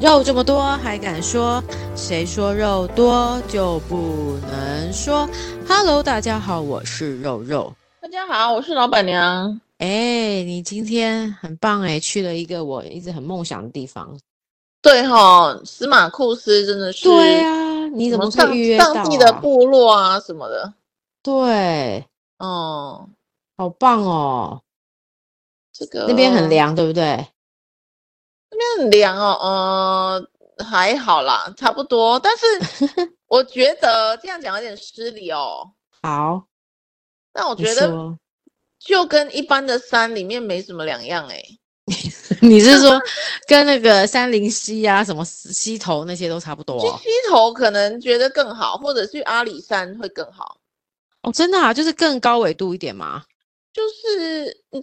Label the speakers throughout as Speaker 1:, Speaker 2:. Speaker 1: 肉这么多还敢说？谁说肉多就不能说？Hello，大家好，我是肉肉。
Speaker 2: 大家好，我是老板娘。
Speaker 1: 哎，你今天很棒哎，去了一个我一直很梦想的地方。
Speaker 2: 对哈、司马库斯真的是
Speaker 1: 对啊，你
Speaker 2: 什
Speaker 1: 怎
Speaker 2: 么
Speaker 1: 么
Speaker 2: 上
Speaker 1: 会预约到、啊？
Speaker 2: 上帝的部落啊什么的。
Speaker 1: 对，
Speaker 2: 哦，
Speaker 1: 好棒哦，
Speaker 2: 这个
Speaker 1: 那边很，凉，对不对？
Speaker 2: 很凉哦。呃，还好啦，差不多。但 是我觉得这样讲有点失礼哦。
Speaker 1: 好，
Speaker 2: 但我
Speaker 1: 你
Speaker 2: 觉得
Speaker 1: 说
Speaker 2: 就跟一般的山里面没什么两样哎、
Speaker 1: 你是说跟那个山林溪啊、什么溪头那些都差不 多
Speaker 2: 去
Speaker 1: 哦？
Speaker 2: 溪头可能觉得更好，或者去阿里山会更好。
Speaker 1: 哦，真的啊，就是更高纬度一点嘛。
Speaker 2: 就是嗯，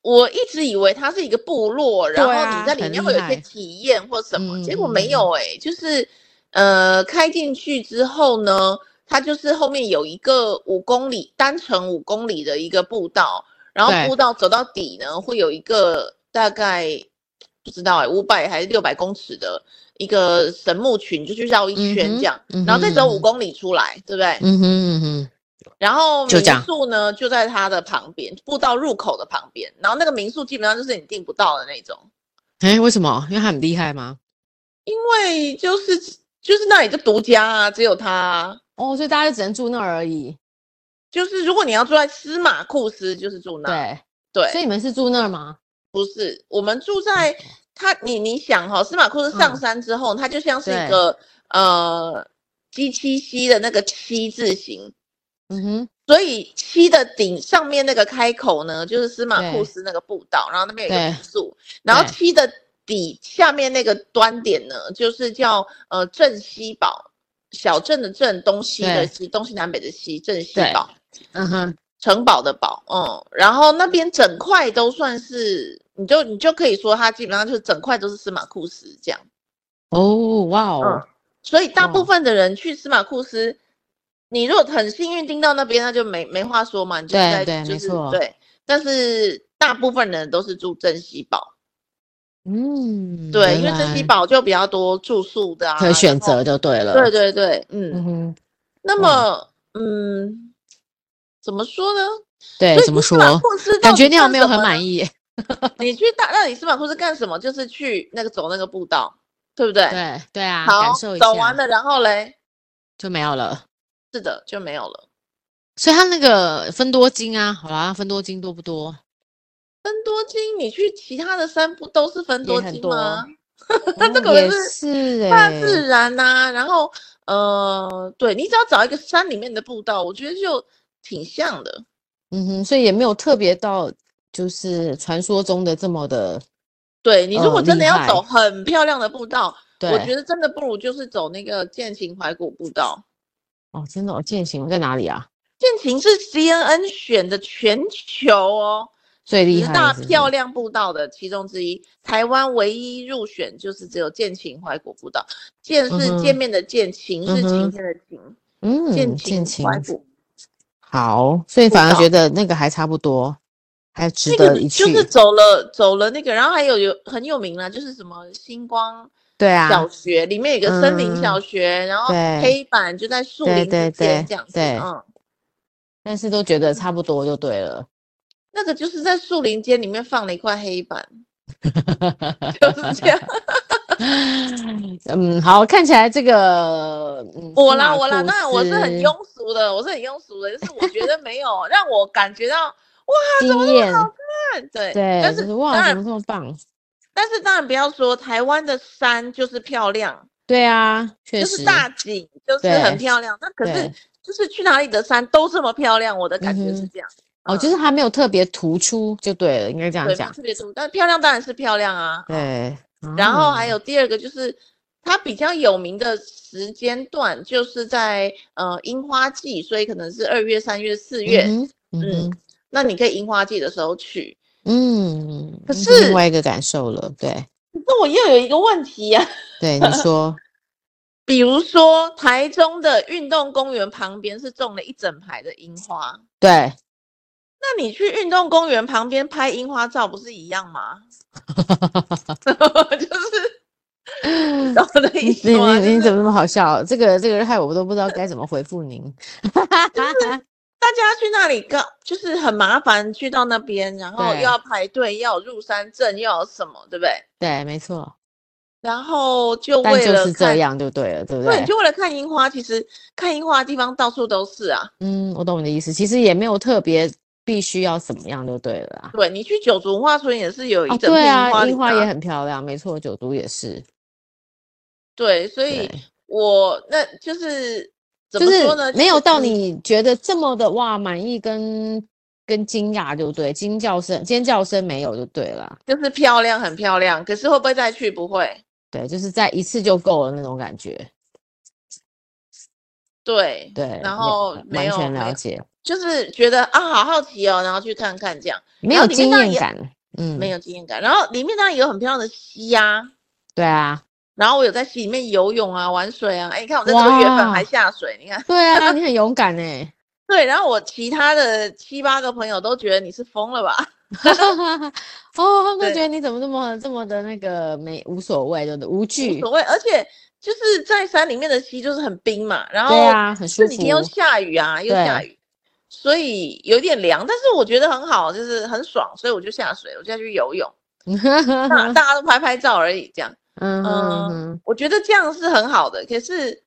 Speaker 2: 我一直以为它是一个部落，然
Speaker 1: 对
Speaker 2: 后
Speaker 1: 啊
Speaker 2: 你在里
Speaker 1: 很
Speaker 2: 面
Speaker 1: 厉
Speaker 2: 会有一
Speaker 1: 害
Speaker 2: 些体验或什么，结
Speaker 1: 嗯
Speaker 2: 果
Speaker 1: 嗯
Speaker 2: 没
Speaker 1: 嗯
Speaker 2: 有哎、就是呃，开进去之后呢，它就是后面有一个五公里单程五公里的一个步道，然后
Speaker 1: 对
Speaker 2: 步道走到底呢，会有一个大概不知道哎五百还是六百公尺的一个神木群，就去绕一圈
Speaker 1: 嗯哼
Speaker 2: 这样，
Speaker 1: 嗯
Speaker 2: 然后再
Speaker 1: 哼
Speaker 2: 走
Speaker 1: 嗯
Speaker 2: 五
Speaker 1: 哼
Speaker 2: 公里出来，对不对？
Speaker 1: 嗯哼嗯哼，
Speaker 2: 然后
Speaker 1: 就
Speaker 2: 民
Speaker 1: 这样
Speaker 2: 宿呢就在它的旁边，步道入口的旁边。然后那个民宿基本上就是你订不到的那种，
Speaker 1: 哎，为什么？因为他很厉害吗？
Speaker 2: 因为就是就是那里就独家啊，只有它啊。
Speaker 1: 哦，所以大家就只能住那儿而已。
Speaker 2: 就是如果你要住在司马库斯，就是住那。
Speaker 1: 对，
Speaker 2: 对，
Speaker 1: 所以你们是住那儿吗？
Speaker 2: 不是我们住在它，你你想哈、司马库斯上
Speaker 1: 嗯
Speaker 2: 山之后，它就像是
Speaker 1: 对
Speaker 2: 一个呃鸡七西的那个七字形，
Speaker 1: 嗯哼，
Speaker 2: 所以七的顶上面那个开口呢，就是司马库
Speaker 1: 对
Speaker 2: 斯那个步道，然后那边有一
Speaker 1: 对
Speaker 2: 个民宿，然后
Speaker 1: 对
Speaker 2: 七的底下面那个端点呢，就是叫呃镇西堡小镇的镇，东西
Speaker 1: 对
Speaker 2: 的西，东西南北的西，镇西
Speaker 1: 对
Speaker 2: 堡
Speaker 1: 嗯哼，
Speaker 2: 城堡的堡，嗯，然后那边整块都算是，你就你就可以说它基本上就是整块都是司马库斯这样，
Speaker 1: 哦，哇哦，
Speaker 2: 所以大部
Speaker 1: 哇
Speaker 2: 分的人去司马库斯，你如果很幸运订到那边，那就没没话说嘛，你就是
Speaker 1: 对
Speaker 2: 在
Speaker 1: 对
Speaker 2: 就
Speaker 1: 没
Speaker 2: 是
Speaker 1: 错
Speaker 2: 对。但是大部分人都是住珍稀堡，
Speaker 1: 嗯，
Speaker 2: 对，
Speaker 1: 原
Speaker 2: 因为珍稀
Speaker 1: 来
Speaker 2: 堡就比较多住宿的啊，
Speaker 1: 可以选
Speaker 2: 然后。
Speaker 1: 择就对了。
Speaker 2: 对，对对，嗯。
Speaker 1: 嗯哼，
Speaker 2: 那
Speaker 1: 哇
Speaker 2: 么，嗯，怎么说呢？
Speaker 1: 对
Speaker 2: 所，以
Speaker 1: 哎怎么
Speaker 2: 去司马
Speaker 1: 说？
Speaker 2: 库斯
Speaker 1: 感觉你好像没有很
Speaker 2: 意。
Speaker 1: 满意。
Speaker 2: 你去大，那你司马库斯干什么？就是去那个走那个步道，对不对？
Speaker 1: 对对啊，
Speaker 2: 好
Speaker 1: 感受，一
Speaker 2: 走完
Speaker 1: 下
Speaker 2: 了，然后嘞，
Speaker 1: 就没有了。
Speaker 2: 是的，就没有了。
Speaker 1: 所以它那个分多金啊，好啦，分多金多不 多？
Speaker 2: 分多金，你去其他的山不都是分
Speaker 1: 也
Speaker 2: 多
Speaker 1: 很
Speaker 2: 金
Speaker 1: 多
Speaker 2: 吗？
Speaker 1: 哦
Speaker 2: 这个
Speaker 1: 也
Speaker 2: 是
Speaker 1: 是
Speaker 2: 大
Speaker 1: 欸
Speaker 2: 自然呐、然后呃，对你只要找一个山里面的步道，我觉得就挺像的。
Speaker 1: 嗯哼，所以也没有特别到就是传说中的这么的，
Speaker 2: 对你如
Speaker 1: 哦
Speaker 2: 果真的
Speaker 1: 厉
Speaker 2: 要
Speaker 1: 害
Speaker 2: 走很漂亮的步道，
Speaker 1: 对，
Speaker 2: 我觉得真的不如就是走那个剑琴怀古步道。
Speaker 1: 哦，真的哦，践行在哪里啊？
Speaker 2: 剑琴是 CNN 选的全球哦
Speaker 1: 最厉
Speaker 2: 十
Speaker 1: 害
Speaker 2: 大
Speaker 1: 是不是
Speaker 2: 漂亮步道的其中之一，台湾唯一入选就是只有剑琴怀古步道。剑
Speaker 1: 嗯
Speaker 2: 是
Speaker 1: 哼
Speaker 2: 见面的剑，琴是
Speaker 1: 嗯
Speaker 2: 晴
Speaker 1: 哼
Speaker 2: 天的晴。
Speaker 1: 嗯，
Speaker 2: 剑
Speaker 1: 践行
Speaker 2: 怀古，
Speaker 1: 好，所以
Speaker 2: 步
Speaker 1: 反而
Speaker 2: 道
Speaker 1: 觉得那个还差不多，还值
Speaker 2: 那
Speaker 1: 得
Speaker 2: 个
Speaker 1: 一去。
Speaker 2: 就是走了走了那个，然后还有有很有名啦，就是什么星光
Speaker 1: 对啊
Speaker 2: 小，学、里面有一个森林小
Speaker 1: 嗯
Speaker 2: 学，然后
Speaker 1: 对
Speaker 2: 黑板就在树
Speaker 1: 对
Speaker 2: 林之
Speaker 1: 对
Speaker 2: 间
Speaker 1: 对
Speaker 2: 这样子，
Speaker 1: 对
Speaker 2: 嗯，
Speaker 1: 但是都觉得差不多就对了。
Speaker 2: 那个就是在树林间里面放了一块黑 板，就是这样。
Speaker 1: 嗯，好，看起来这个，嗯、
Speaker 2: 呃我
Speaker 1: 司
Speaker 2: 啦
Speaker 1: 马
Speaker 2: 我啦，
Speaker 1: 库
Speaker 2: 那我是很啊
Speaker 1: 斯
Speaker 2: 庸俗的，我是很庸俗的，就是我觉得没有让我感觉到
Speaker 1: 惊艳，
Speaker 2: 看对，
Speaker 1: 对，
Speaker 2: 但
Speaker 1: 就是哇，
Speaker 2: 当
Speaker 1: 怎
Speaker 2: 然
Speaker 1: 么这么棒？
Speaker 2: 但是当然不要说台湾的山就是漂亮，
Speaker 1: 对啊，确
Speaker 2: 就
Speaker 1: 实
Speaker 2: 是，大景，就是
Speaker 1: 对
Speaker 2: 很漂亮。那可是
Speaker 1: 对
Speaker 2: 就是去哪里的山都这么漂亮，我的感觉是
Speaker 1: 嗯哼
Speaker 2: 这样。
Speaker 1: 哦，就是它没有特别突出就对了，应该这样
Speaker 2: 对，没有
Speaker 1: 讲。
Speaker 2: 特别多，但漂亮当然是漂亮啊。嗯
Speaker 1: 对，
Speaker 2: 然后还
Speaker 1: 啊
Speaker 2: 有第二个就是它比较有名的时间段，就是在呃樱花季，所以可能是二月、三月、四月，
Speaker 1: 嗯哼嗯
Speaker 2: 嗯
Speaker 1: 哼
Speaker 2: 那你可以樱花季的时候去。
Speaker 1: 嗯，嗯
Speaker 2: 可是
Speaker 1: 另外一个感受了，对
Speaker 2: 那我又有一个问题呀、
Speaker 1: 对， 你说，
Speaker 2: 比如说台中的运动公园旁边是种了一整排的樱花，
Speaker 1: 对，
Speaker 2: 那你去运动公园旁 边 拍樱花照不是一样吗？就 是然啊后的意
Speaker 1: 你
Speaker 2: 思
Speaker 1: 你
Speaker 2: 吗？
Speaker 1: 你
Speaker 2: 就
Speaker 1: 你
Speaker 2: 是
Speaker 1: 怎么那么好笑？这个这个害我都不知道该怎么回复 您。
Speaker 2: 大家去那里干，就是很麻烦，去到那边，然后又
Speaker 1: 对
Speaker 2: 要排队，要有入山证，要有什么，对不对？
Speaker 1: 对，没错，
Speaker 2: 然后就
Speaker 1: 但
Speaker 2: 为
Speaker 1: 就
Speaker 2: 了
Speaker 1: 是这
Speaker 2: 看，
Speaker 1: 样就对了，对不
Speaker 2: 对，就为了看樱花。其实看樱花的地方到处都是啊。
Speaker 1: 嗯，我懂你的意思。其实也没有特别必须要怎么样就对了啦。
Speaker 2: 对你去九族文化村也是有
Speaker 1: 啊，
Speaker 2: 一整
Speaker 1: 对
Speaker 2: 片樱
Speaker 1: 啊，
Speaker 2: 林
Speaker 1: 樱花
Speaker 2: 啊
Speaker 1: 也很漂亮，没错，九族也是。
Speaker 2: 对，所以
Speaker 1: 对，
Speaker 2: 我那就是怎
Speaker 1: 就
Speaker 2: 么
Speaker 1: 是
Speaker 2: 说呢？
Speaker 1: 没有到
Speaker 2: 就是
Speaker 1: 你觉得这么的哇满意跟跟惊讶，对不对？惊叫声、尖叫声没有就对了。
Speaker 2: 就是漂亮，很漂亮。可是会不会再去？不会。
Speaker 1: 对，就是在一次就够了那种感觉。
Speaker 2: 对
Speaker 1: 对，
Speaker 2: 然
Speaker 1: 了
Speaker 2: 后没
Speaker 1: 完
Speaker 2: 有
Speaker 1: 全
Speaker 2: 没
Speaker 1: 了
Speaker 2: 有，
Speaker 1: 解，
Speaker 2: 就是觉得啊，好好奇哦，然后去看看这样，
Speaker 1: 没
Speaker 2: 然
Speaker 1: 有
Speaker 2: 后里面
Speaker 1: 经
Speaker 2: 当然
Speaker 1: 验
Speaker 2: 也
Speaker 1: 感。嗯，
Speaker 2: 没有经验感。然后里面当然有很漂亮的溪呀、
Speaker 1: 对啊，
Speaker 2: 然后我有在溪里面游泳啊、玩水啊。哎，你看我在这个月份还
Speaker 1: 哇
Speaker 2: 下水，你看
Speaker 1: 对啊，你 很勇敢哎、
Speaker 2: 对。然后我其他的七八个朋友都觉得你是疯了吧？
Speaker 1: 哦，他们
Speaker 2: 对
Speaker 1: 觉得你怎么这么这么的那个没无所谓，就是无
Speaker 2: 无
Speaker 1: 惧，
Speaker 2: 所谓，而且就是在山里面的溪就是很冰嘛，然后
Speaker 1: 对啊，很舒
Speaker 2: 这
Speaker 1: 服
Speaker 2: 几。天又下雨啊，又下雨，所以有点凉，但是我觉得很好，就是很爽，所以我就下水，我就下去 游泳，那
Speaker 1: 嗯
Speaker 2: 大家都拍拍照而已，这样，
Speaker 1: 哼
Speaker 2: 嗯
Speaker 1: 哼，
Speaker 2: 我觉得这样是很好的。可是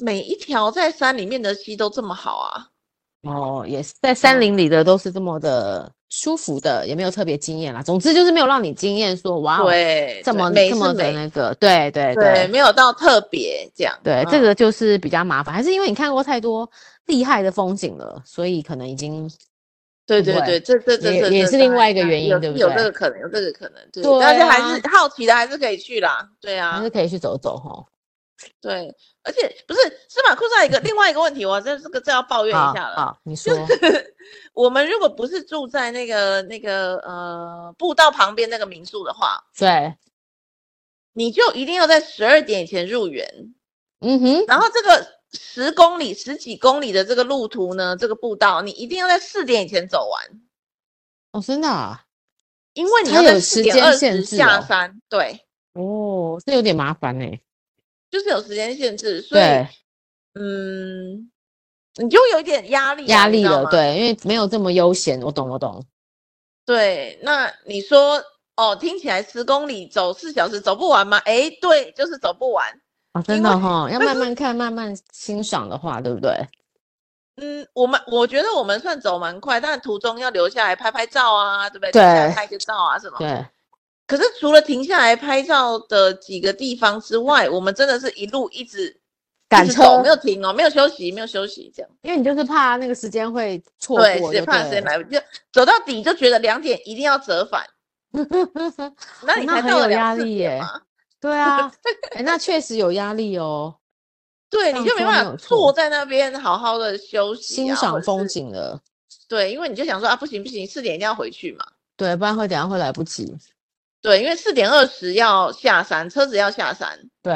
Speaker 2: 每一条在山里面的溪都这么好啊，
Speaker 1: 哦，也是在山
Speaker 2: 嗯
Speaker 1: 林里的都是这么的舒服的，也没有特别惊艳啦。总之就是没有让你惊艳，说哇哦，
Speaker 2: 对，
Speaker 1: 这
Speaker 2: 对
Speaker 1: 么
Speaker 2: 美
Speaker 1: 这
Speaker 2: 是
Speaker 1: 么的
Speaker 2: 美，
Speaker 1: 那个，对对
Speaker 2: 对，
Speaker 1: 对
Speaker 2: 没有到特别这样，
Speaker 1: 对，这
Speaker 2: 嗯
Speaker 1: 个就是比较麻烦，还是因为你看过太多厉害的风景了，所以可能已经
Speaker 2: 对
Speaker 1: 不
Speaker 2: 对
Speaker 1: 会
Speaker 2: 对，这这这
Speaker 1: 也
Speaker 2: 这
Speaker 1: 也
Speaker 2: 这
Speaker 1: 是
Speaker 2: 当
Speaker 1: 另
Speaker 2: 然
Speaker 1: 外一个
Speaker 2: 当然
Speaker 1: 原因
Speaker 2: 有
Speaker 1: 对不
Speaker 2: 有
Speaker 1: 对
Speaker 2: 这个可能，有这个可能，对，
Speaker 1: 对
Speaker 2: 大家还
Speaker 1: 啊嗯
Speaker 2: 是好奇的，还是可以去啦，对啊，
Speaker 1: 还是可以去走走吼。
Speaker 2: 对，而且不是司马库萨有一个另外一个问题，我这这个这要抱怨
Speaker 1: 好
Speaker 2: 一下了。
Speaker 1: 好，你说，
Speaker 2: 我们如果不是住在那个那个呃步道旁边那个民宿的话，
Speaker 1: 对，
Speaker 2: 你就一定要在十二点以前入园。
Speaker 1: 嗯哼。
Speaker 2: 然后这个十公里、十几公里的这个路途呢，这个步道你一定要在四点以前走完，
Speaker 1: 哦，真的啊？
Speaker 2: 因为你
Speaker 1: 它
Speaker 2: 要在
Speaker 1: 有
Speaker 2: 四
Speaker 1: 时
Speaker 2: 点
Speaker 1: 间
Speaker 2: 二
Speaker 1: 限
Speaker 2: 十
Speaker 1: 制
Speaker 2: 下
Speaker 1: 哦
Speaker 2: 山。对，
Speaker 1: 哦，这有点麻烦呢、
Speaker 2: 就是有时间限制，所以
Speaker 1: 对，
Speaker 2: 嗯，你就有一点压力啊、
Speaker 1: 压
Speaker 2: 你
Speaker 1: 力
Speaker 2: 知道
Speaker 1: 了，
Speaker 2: 吗
Speaker 1: 对，因为没有这么悠闲。我懂，我懂。
Speaker 2: 对，那你说哦，听起来十公里走四小时走不完吗？哎，对，就是走不完。
Speaker 1: 啊，真
Speaker 2: 因
Speaker 1: 的
Speaker 2: 为
Speaker 1: 哈、要慢慢看，慢慢欣赏的话，对不对？
Speaker 2: 嗯，我们我觉得我们算走蛮快，但途中要留下来拍拍照啊，对不对？停下来
Speaker 1: 对
Speaker 2: 拍个照啊什么。
Speaker 1: 对，
Speaker 2: 可是除了停下来拍照的几个地方之外，我们真的是一路一直
Speaker 1: 赶
Speaker 2: 一直
Speaker 1: 车，
Speaker 2: 走，没有停哦，没有休息，没有休息这样。
Speaker 1: 因为你就是怕那个时间会错过，
Speaker 2: 对，
Speaker 1: 就
Speaker 2: 时间怕时间
Speaker 1: 对了。
Speaker 2: 来不及，就走到底就觉得两点一定要折返，那
Speaker 1: 哦
Speaker 2: 你
Speaker 1: 那
Speaker 2: 才
Speaker 1: 很
Speaker 2: 到了
Speaker 1: 有
Speaker 2: 两
Speaker 1: 压
Speaker 2: 四
Speaker 1: 力
Speaker 2: 点
Speaker 1: 耶
Speaker 2: 嘛
Speaker 1: 对啊，哎、那确实有压力哦，
Speaker 2: 对，
Speaker 1: 这
Speaker 2: 你
Speaker 1: 样
Speaker 2: 就没
Speaker 1: 说
Speaker 2: 办
Speaker 1: 没
Speaker 2: 法
Speaker 1: 有
Speaker 2: 坐
Speaker 1: 错
Speaker 2: 在那边好好的休息、啊，
Speaker 1: 欣
Speaker 2: 或
Speaker 1: 赏
Speaker 2: 者
Speaker 1: 风
Speaker 2: 是。
Speaker 1: 景了。
Speaker 2: 对，因为你就想说啊，不行不行，四点一定要回去嘛。
Speaker 1: 对，不然会等下会来不及。
Speaker 2: 对，因为四点二十要下山，车子要下山，
Speaker 1: 对，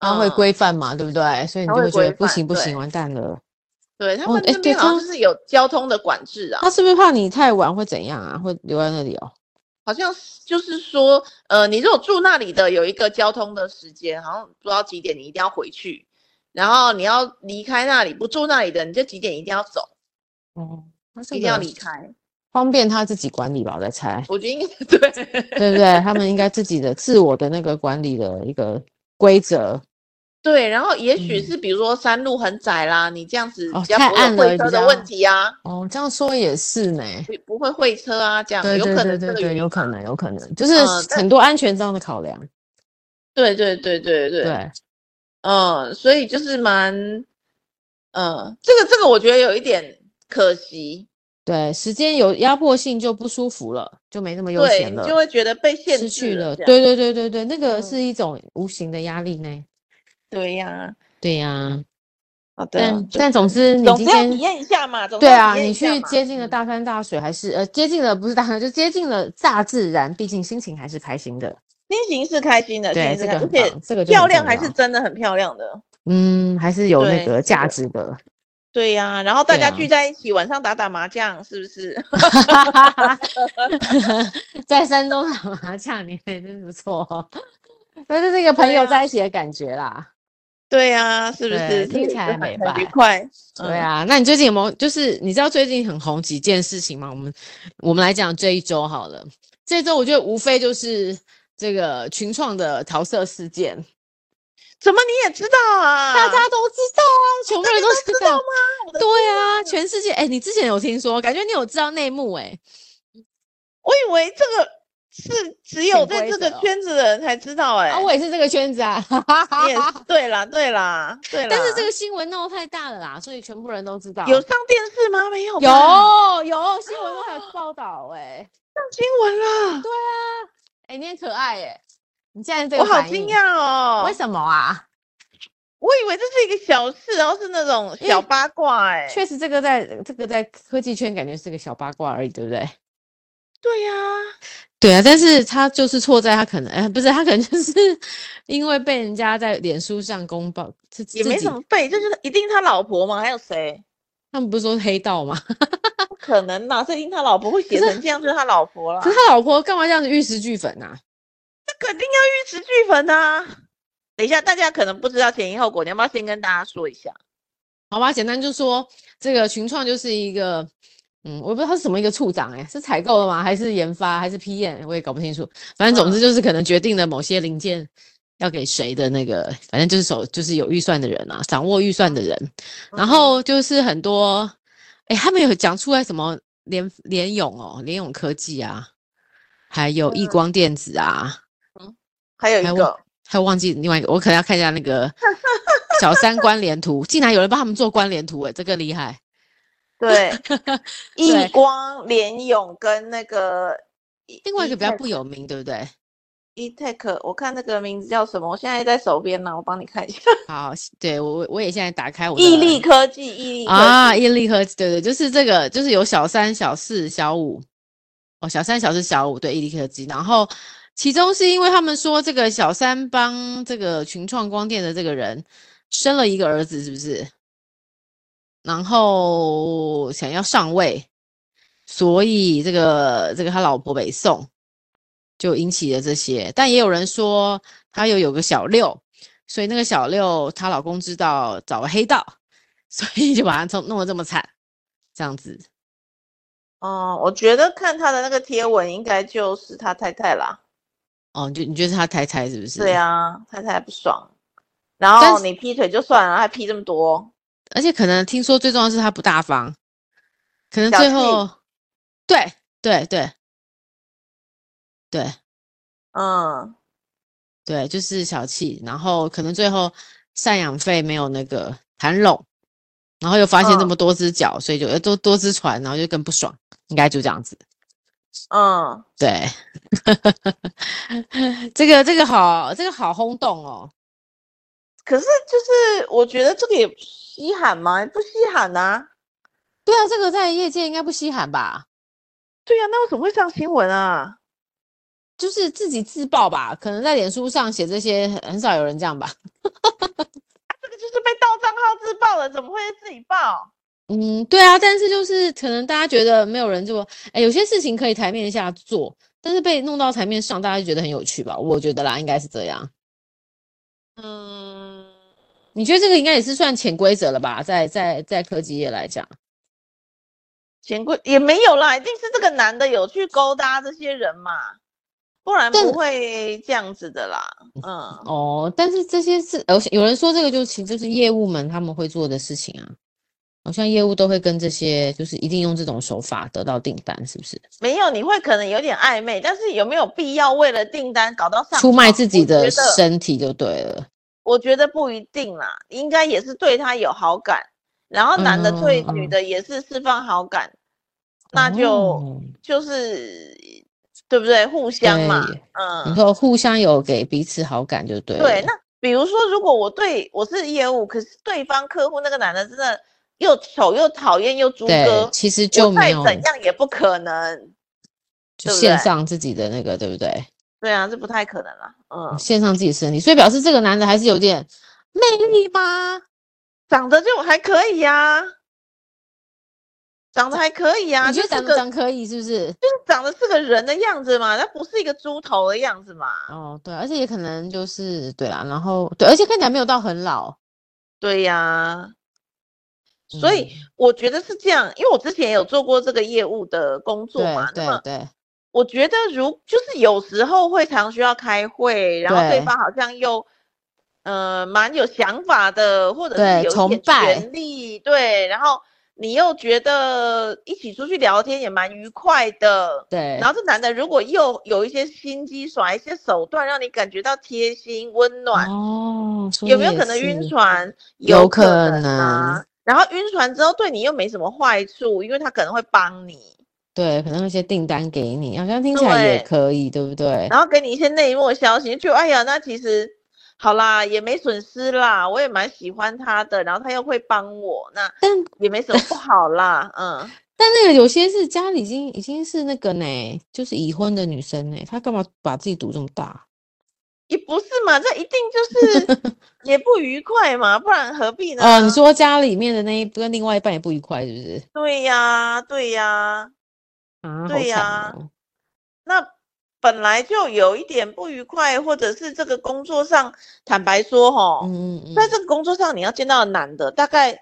Speaker 1: 然后会
Speaker 2: 嗯。
Speaker 1: 规范嘛，对不对？所以你
Speaker 2: 它
Speaker 1: 就
Speaker 2: 会
Speaker 1: 会觉得
Speaker 2: 规
Speaker 1: 不
Speaker 2: 范
Speaker 1: 行不
Speaker 2: 对
Speaker 1: 行，完蛋了。
Speaker 2: 对他
Speaker 1: 哦
Speaker 2: 们
Speaker 1: 诶
Speaker 2: 那
Speaker 1: 对哦
Speaker 2: 边好像
Speaker 1: 它
Speaker 2: 就是有交通的管制啊，
Speaker 1: 他是不是怕你太晚会怎样啊？会留在那里哦？
Speaker 2: 好像是就是说，呃，你如果住那里的有一个交通的时间，好像不知道几点你一定要回去，然后你要离开那里，不住那里的你就几点一定要走，
Speaker 1: 哦，那这
Speaker 2: 一定要
Speaker 1: 个
Speaker 2: 离开。，
Speaker 1: 方便他自己管理吧，我在猜
Speaker 2: 我觉得应该 对，
Speaker 1: 对不对？他们应该自己的 自我的那个管理的一个规则
Speaker 2: 对，然后也许
Speaker 1: 嗯
Speaker 2: 是比如说山路很窄啦，你这样子
Speaker 1: 哦
Speaker 2: 比较
Speaker 1: 太
Speaker 2: 不会
Speaker 1: 暗
Speaker 2: 有会
Speaker 1: 了
Speaker 2: 车
Speaker 1: 比
Speaker 2: 的
Speaker 1: 较
Speaker 2: 问题啊。
Speaker 1: 哦。这样说也是呢，
Speaker 2: 不不会会车啊，这样
Speaker 1: 对
Speaker 2: 有
Speaker 1: 对
Speaker 2: 可
Speaker 1: 对
Speaker 2: 能这
Speaker 1: 对
Speaker 2: 个原
Speaker 1: 对，
Speaker 2: 因
Speaker 1: 有可
Speaker 2: 吧
Speaker 1: 能有可能，就是
Speaker 2: 嗯但
Speaker 1: 很多安全上的考量。
Speaker 2: 对对对对对，
Speaker 1: 对，
Speaker 2: 嗯，所以就是蛮，嗯，这个这个我觉得有一点可惜，
Speaker 1: 对，时间有压迫性就不舒服了，就没那么悠
Speaker 2: 对
Speaker 1: 闲
Speaker 2: 你
Speaker 1: 了，
Speaker 2: 就会觉得被限
Speaker 1: 失
Speaker 2: 制
Speaker 1: 去了。
Speaker 2: 这样
Speaker 1: 对对对对对，那个
Speaker 2: 嗯
Speaker 1: 是一种无形的压力呢。
Speaker 2: 对呀，
Speaker 1: 对呀、
Speaker 2: 好的，
Speaker 1: 但
Speaker 2: 就
Speaker 1: 但总之你
Speaker 2: 啊总
Speaker 1: 今
Speaker 2: 是要
Speaker 1: 天
Speaker 2: 体验一下嘛，总是
Speaker 1: 对
Speaker 2: 要
Speaker 1: 啊，
Speaker 2: 体验
Speaker 1: 你
Speaker 2: 一下
Speaker 1: 去
Speaker 2: 嘛
Speaker 1: 接近了
Speaker 2: 嗯
Speaker 1: 大山大水，还是呃接近了不是大山，就接近了大自然，毕竟心情还是开心的。
Speaker 2: 心情是开心的，心
Speaker 1: 对，
Speaker 2: 情是
Speaker 1: 这
Speaker 2: 开
Speaker 1: 个
Speaker 2: 而
Speaker 1: 很
Speaker 2: 且
Speaker 1: 棒，这个就很
Speaker 2: 漂亮
Speaker 1: 重
Speaker 2: 还是
Speaker 1: 要
Speaker 2: 真的很漂亮的，
Speaker 1: 嗯，还是有
Speaker 2: 对
Speaker 1: 那
Speaker 2: 这
Speaker 1: 个价
Speaker 2: 个
Speaker 1: 值的。
Speaker 2: 对呀，然后大
Speaker 1: 对
Speaker 2: 家
Speaker 1: 啊
Speaker 2: 聚在一起晚上打打麻将，是不是？
Speaker 1: 啊在山东打麻将，你还真不错哦。
Speaker 3: 就是那个朋
Speaker 2: 对
Speaker 3: 友
Speaker 2: 啊
Speaker 3: 在一起的感觉啦。
Speaker 2: 对呀、是不是
Speaker 3: 对？听起来
Speaker 2: 很
Speaker 3: 美
Speaker 2: 很愉
Speaker 3: 白
Speaker 2: 快。嗯
Speaker 3: 对，啊，
Speaker 1: 那你最近有没有就是你知道最近很红几件事情吗？我们我们来讲这一周好了。这周我觉得无非就是这个群创的桃色事件，
Speaker 2: 怎么你也知道啊？
Speaker 1: 大家都知道啊，全部人都知道。
Speaker 2: 我的
Speaker 1: 对啊，全世界哎、你之前有听说，感觉你有知道内幕哎、
Speaker 2: 我以为这个是只有
Speaker 3: 潜
Speaker 2: 在
Speaker 3: 规
Speaker 2: 这个
Speaker 3: 则
Speaker 2: 圈子的人才知道、欸，哎、
Speaker 3: 啊，我也是这个圈子啊，哈哈哈
Speaker 2: 你也是对啦，对啦，对啦。
Speaker 1: 但是这个新闻闹太大了啦，所以全部人都知道。
Speaker 2: 有上电视吗？没有吧，
Speaker 3: 有有新闻都还有报道哎，
Speaker 2: 上新闻了，
Speaker 3: 哎，你很可爱哎，你现在这
Speaker 2: 我
Speaker 3: 个
Speaker 2: 好
Speaker 3: 反应，
Speaker 2: 惊讶哦
Speaker 3: 为！什么啊？
Speaker 2: 我以为这是一个小事，然后是那种
Speaker 3: 因为
Speaker 2: 小八卦、欸，哎，
Speaker 3: 确实，这个在这个在科技圈感觉是个小八卦而已，对不对？
Speaker 2: 对呀、
Speaker 1: 对啊，但是他就是错在他可能， 哎，不是他可能就是因为被人家在脸书上公报，自
Speaker 2: 也
Speaker 1: 自
Speaker 2: 没
Speaker 1: 己
Speaker 2: 什么背，就是一定他老婆嘛，还有谁？
Speaker 1: 他们不是说黑道吗？
Speaker 2: 不可能啦，这一定他老婆会写
Speaker 1: 可是
Speaker 2: 成这样，就是他老婆啦。
Speaker 1: 可是他老婆干嘛这样子玉石俱焚啊？
Speaker 2: 这肯定要玉石俱焚啊！等一下，大家可能不知道前因后果，你要不要先跟大家说一下？
Speaker 1: 好吧，简单就说这个群创就是一个，嗯，我也不知道他是什么一个处长、哎，是采购的吗？还是研发？还是 PM？我也搞不清楚。反正总之就是可能决定了某些零件要给谁的那个，反正就是手就是有预算的人啊，掌握预算的人。然后就是很多，哎，他们有讲出来什么联联咏哦，联咏科技啊，还有易光电子啊，
Speaker 2: 还有一
Speaker 1: 还有
Speaker 2: 个，
Speaker 1: 还有忘记另外一个，我可能要看一下那个小三关联图，竟然有人帮他们做关联图，哎，这个厉害。
Speaker 2: 对，
Speaker 1: 对
Speaker 2: 易光、联咏跟那个
Speaker 1: 另外一个比较不有名，对不对？
Speaker 2: e tech，我看那个名字叫什么？我现在在手边呢，我帮你看一下。
Speaker 1: 好，对我我我也现在打开我的
Speaker 2: 毅力科技，毅力科技
Speaker 1: 啊，毅力科技，对对，就是这个，就是有小三、小四、小五，哦，小三、小四、小五，对，毅力科技。然后其中是因为他们说这个小三帮这个群创光电的这个人生了一个儿子，是不是？然后想要上位，所以这个这个他老婆北宋就引起了这些，但也有人说他又有个小六，所以那个小六她老公知道找了黑道，所以就把他弄弄得这么惨，这样子。
Speaker 2: 哦，我觉得看他的那个贴文，应该就是他太太啦。
Speaker 1: 哦，你就你觉得是他太太是不是？
Speaker 2: 对。啊，太太不爽。然
Speaker 1: 但
Speaker 2: 后
Speaker 1: 是
Speaker 2: 你劈腿就算了，还劈这么多，
Speaker 1: 而且可能听说最重要的是他不大方，可能
Speaker 2: 小
Speaker 1: 最
Speaker 2: 气
Speaker 1: 后，对对对对
Speaker 2: 嗯，
Speaker 1: 对，就是小气，然后可能最后赡养费没有那个谈拢，然后又发现这
Speaker 2: 嗯
Speaker 1: 么多只脚，所以就呃多多只船，然后就更不爽，应该就这样子。
Speaker 2: 嗯，
Speaker 1: 对， 这个这个好，这个好轰动哦。
Speaker 2: 可是就是我觉得这个也不稀罕吗？不稀罕呐、
Speaker 1: 对啊，这个在业界应该不稀罕吧？
Speaker 2: 对啊呀、那为什么会上新闻啊？
Speaker 1: 就是自己自爆吧，可能在脸书上写这些，很很少有人这样吧。
Speaker 2: 这个就是被盗账号自爆了，怎么会自己爆？
Speaker 1: 嗯，对啊，但是就是可能大家觉得没有人做，哎，有些事情可以台面下做，但是被弄到台面上，大家就觉得很有趣吧？我觉得啦，应该是这样。
Speaker 2: 嗯，
Speaker 1: 你觉得这个应该也是算潜规则了吧？在在在科技业来讲，
Speaker 2: 钱柜也没有啦，一定是这个男的有去勾搭这些人嘛，不然
Speaker 1: 但
Speaker 2: 不会这样子的啦。嗯，
Speaker 1: 哦，但是这些是，而且有人说这个就其实就是业务们他们会做的事情啊，好像业务都会跟这些，就是一定用这种手法得到订单，是不是？
Speaker 2: 没有，你会可能有点暧昧，但是有没有必要为了订单搞到上
Speaker 1: 出卖
Speaker 2: 床
Speaker 1: 自己
Speaker 2: 我
Speaker 1: 的
Speaker 2: 觉得
Speaker 1: 身体就对了。
Speaker 2: 我觉得不一定啦，应该也是对他有好感，然后男的对
Speaker 1: 嗯嗯
Speaker 2: 女
Speaker 1: 嗯
Speaker 2: 的也是释放好感，那就、
Speaker 1: 哦
Speaker 2: 就是对不对？互相嘛
Speaker 1: 对，你
Speaker 2: 嗯，
Speaker 1: 说互相有给彼此好感就对了。
Speaker 2: 对。那比如说，如果我对我是业务，可是对方客户那个男的真的又丑又讨厌又猪
Speaker 1: 对
Speaker 2: 哥，
Speaker 1: 其实就
Speaker 2: 我
Speaker 1: 没
Speaker 2: 再
Speaker 1: 有
Speaker 2: 怎样也不可能。
Speaker 1: 就
Speaker 2: 对不
Speaker 1: 献
Speaker 2: 对
Speaker 1: 上自己的那个，对不对？
Speaker 2: 对啊，这不太可能啦。嗯，
Speaker 1: 献上自己身体，所以表示这个男的还是有点魅力吗？
Speaker 2: 长得就还可以呀、长得还可以啊，
Speaker 1: 你觉
Speaker 2: 就
Speaker 1: 得
Speaker 2: 是
Speaker 1: 长
Speaker 2: 个
Speaker 1: 得长可以是不是？
Speaker 2: 长得是个人的样子嘛，那不是一个猪头的样子嘛。
Speaker 1: 哦，对，而且也可能就是对啦，然后对，而且看起来没有到很老，
Speaker 2: 对呀、所以
Speaker 1: 嗯
Speaker 2: 我觉得是这样，因为我之前也有做过这个业务的工作
Speaker 1: 对
Speaker 2: 嘛，那
Speaker 1: 对
Speaker 2: 么
Speaker 1: 对，
Speaker 2: 我觉得如就是有时候会常需要开会，然后对
Speaker 1: 对
Speaker 2: 方好像又呃蛮有想法的，或者
Speaker 1: 对
Speaker 2: 是有一
Speaker 1: 崇
Speaker 2: 点
Speaker 1: 拜
Speaker 2: 权利，对，然后你又觉得一起出去聊天也蛮愉快的。
Speaker 1: 对，
Speaker 2: 然后这男的如果又有一些心机，耍一些手段，让你感觉到贴心、温暖，
Speaker 1: 哦，说
Speaker 2: 有没
Speaker 1: 得也
Speaker 2: 有可能晕
Speaker 1: 是？
Speaker 2: 船？
Speaker 1: 有
Speaker 2: 可
Speaker 1: 可
Speaker 2: 啊。然后晕船之后对你又没什么坏处，因为他可能会帮你，
Speaker 1: 对，可能会些订单给你，好像听起来也
Speaker 2: 对
Speaker 1: 可以，对不对？
Speaker 2: 然后给你一些内幕的消息，就哎呀，那其实好啦，也没损失啦，我也蛮喜欢他的，然后他又会帮我，那
Speaker 1: 但
Speaker 2: 也没什么不好啦，嗯，
Speaker 1: 但那个有些是家里已经已经是那个呢，就是已婚的女生呢，她干嘛把自己赌这么大？
Speaker 2: 也不是嘛，这一定就是 也不愉快嘛，不然何必呢？
Speaker 1: 哦，你说家里面的那一跟另外一半也不愉快，是不是？
Speaker 2: 对呀，对呀，
Speaker 1: 啊，好
Speaker 2: 对
Speaker 1: 惨
Speaker 2: 呀
Speaker 1: 哦！
Speaker 2: 那本来就有一点不愉快，或者是这个工作上，坦白说哈，
Speaker 1: 嗯嗯嗯，
Speaker 2: 在这个工作上你要见到的男的，大概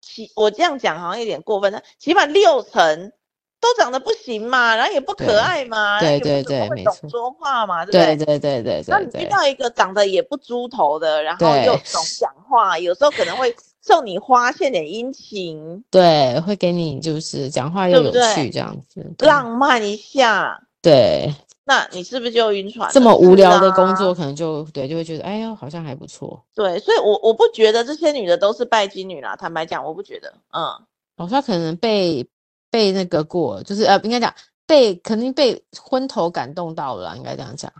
Speaker 2: 起我这样讲好像有点过分，但起码六成都长得不行嘛，然后也不
Speaker 1: 对
Speaker 2: 可爱嘛，然后
Speaker 1: 对
Speaker 2: 也
Speaker 1: 对
Speaker 2: 不怎么
Speaker 1: 对
Speaker 2: 会
Speaker 1: 没
Speaker 2: 懂
Speaker 1: 错
Speaker 2: 说话嘛，对不
Speaker 1: 对对对对
Speaker 2: 那
Speaker 1: 对
Speaker 2: 你遇
Speaker 1: 对，
Speaker 2: 到一个长得也不猪头的，然后
Speaker 1: 对
Speaker 2: 又懂讲话，有时候可能会送你花，献点殷勤，
Speaker 1: 对会给你就是讲话又
Speaker 2: 对不
Speaker 1: 有
Speaker 2: 对
Speaker 1: 趣这样子，对
Speaker 2: 浪漫一下，
Speaker 1: 对
Speaker 2: 那你是不是就晕船了？
Speaker 1: 这么
Speaker 2: 是
Speaker 1: 无聊的工
Speaker 2: 啊
Speaker 1: 作，可能就对就会觉得哎呦好像还不错，
Speaker 2: 对，所以我我不觉得这些女的都是拜金女啦，坦白讲，我不觉得，嗯，
Speaker 1: 哦，她可能被被那个过，就是呃应该讲被肯定被昏头感动到了啦，应该这样讲。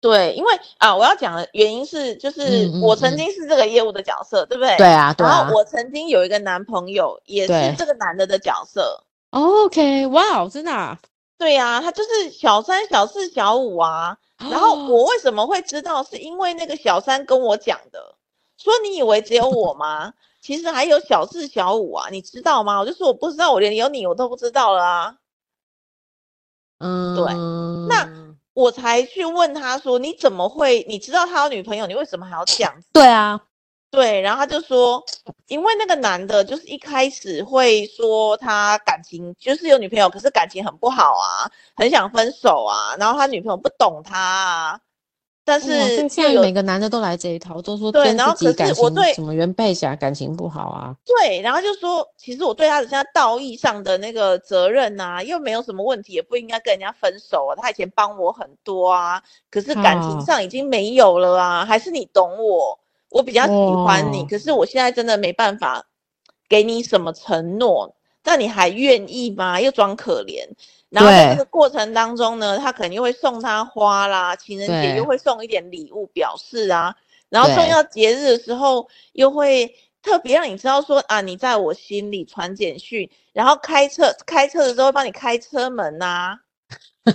Speaker 2: 对，因为啊，我要讲的原因是，就是
Speaker 1: 嗯嗯
Speaker 2: 我
Speaker 1: 嗯
Speaker 2: 曾经是这个业务的角色，对不对？
Speaker 1: 对。啊，对
Speaker 2: 然
Speaker 1: 啊
Speaker 2: 后。我曾经有一个男朋友，也
Speaker 1: 对
Speaker 2: 是这个男的的角色。
Speaker 1: 哦 OK，哇，真的啊。
Speaker 2: 对呀、他就是小三、小四、小五啊。然后我
Speaker 1: 哦
Speaker 2: 为什么会知道？是因为那个小三跟我讲的，说你以为只有我吗？其实还有小四、小五啊，你知道吗？我就说我不知道，我连有你我都不知道了啊。
Speaker 1: 嗯，
Speaker 2: 那我才去问他说：“你怎么会？你知道他有女朋友，你为什么还要这样子
Speaker 1: 对啊，？”
Speaker 2: 对，然后他就说：“因为那个男的，就是一开始会说他感情就是有女朋友，可是感情很不好啊，很想分手啊，然后他女朋友不懂他啊，但
Speaker 1: 哇这
Speaker 2: 是
Speaker 1: 现
Speaker 2: 又
Speaker 1: 在
Speaker 2: 有
Speaker 1: 每个男的都来这一套，都说
Speaker 2: 对
Speaker 1: 跟
Speaker 2: 然后
Speaker 1: 自己
Speaker 2: 可
Speaker 1: 感
Speaker 2: 是我
Speaker 1: 情
Speaker 2: 对
Speaker 1: 什么原配侠感情不好啊，
Speaker 2: 对，然后就说其实我对他的现在道义上的那个责任啊，又没有什么问题，也不应该跟人家分手啊，他以前帮我很多啊，可是感情
Speaker 1: 啊
Speaker 2: 上已经没有了啊，还是你懂我，我比较喜欢你，
Speaker 1: 哇
Speaker 2: 可是我现在真的没办法给你什么承诺，那你还愿意吗？又装可怜。然后在
Speaker 1: 对
Speaker 2: 这个过程当中呢，他可能又会送他花啦，情人节
Speaker 1: 对
Speaker 2: 又会送一点礼物表示啊，然后重
Speaker 1: 对
Speaker 2: 要节日的时候又会特别让你知道说啊，你在我心里传简讯，然后开车开车的时候会帮你开车门呐、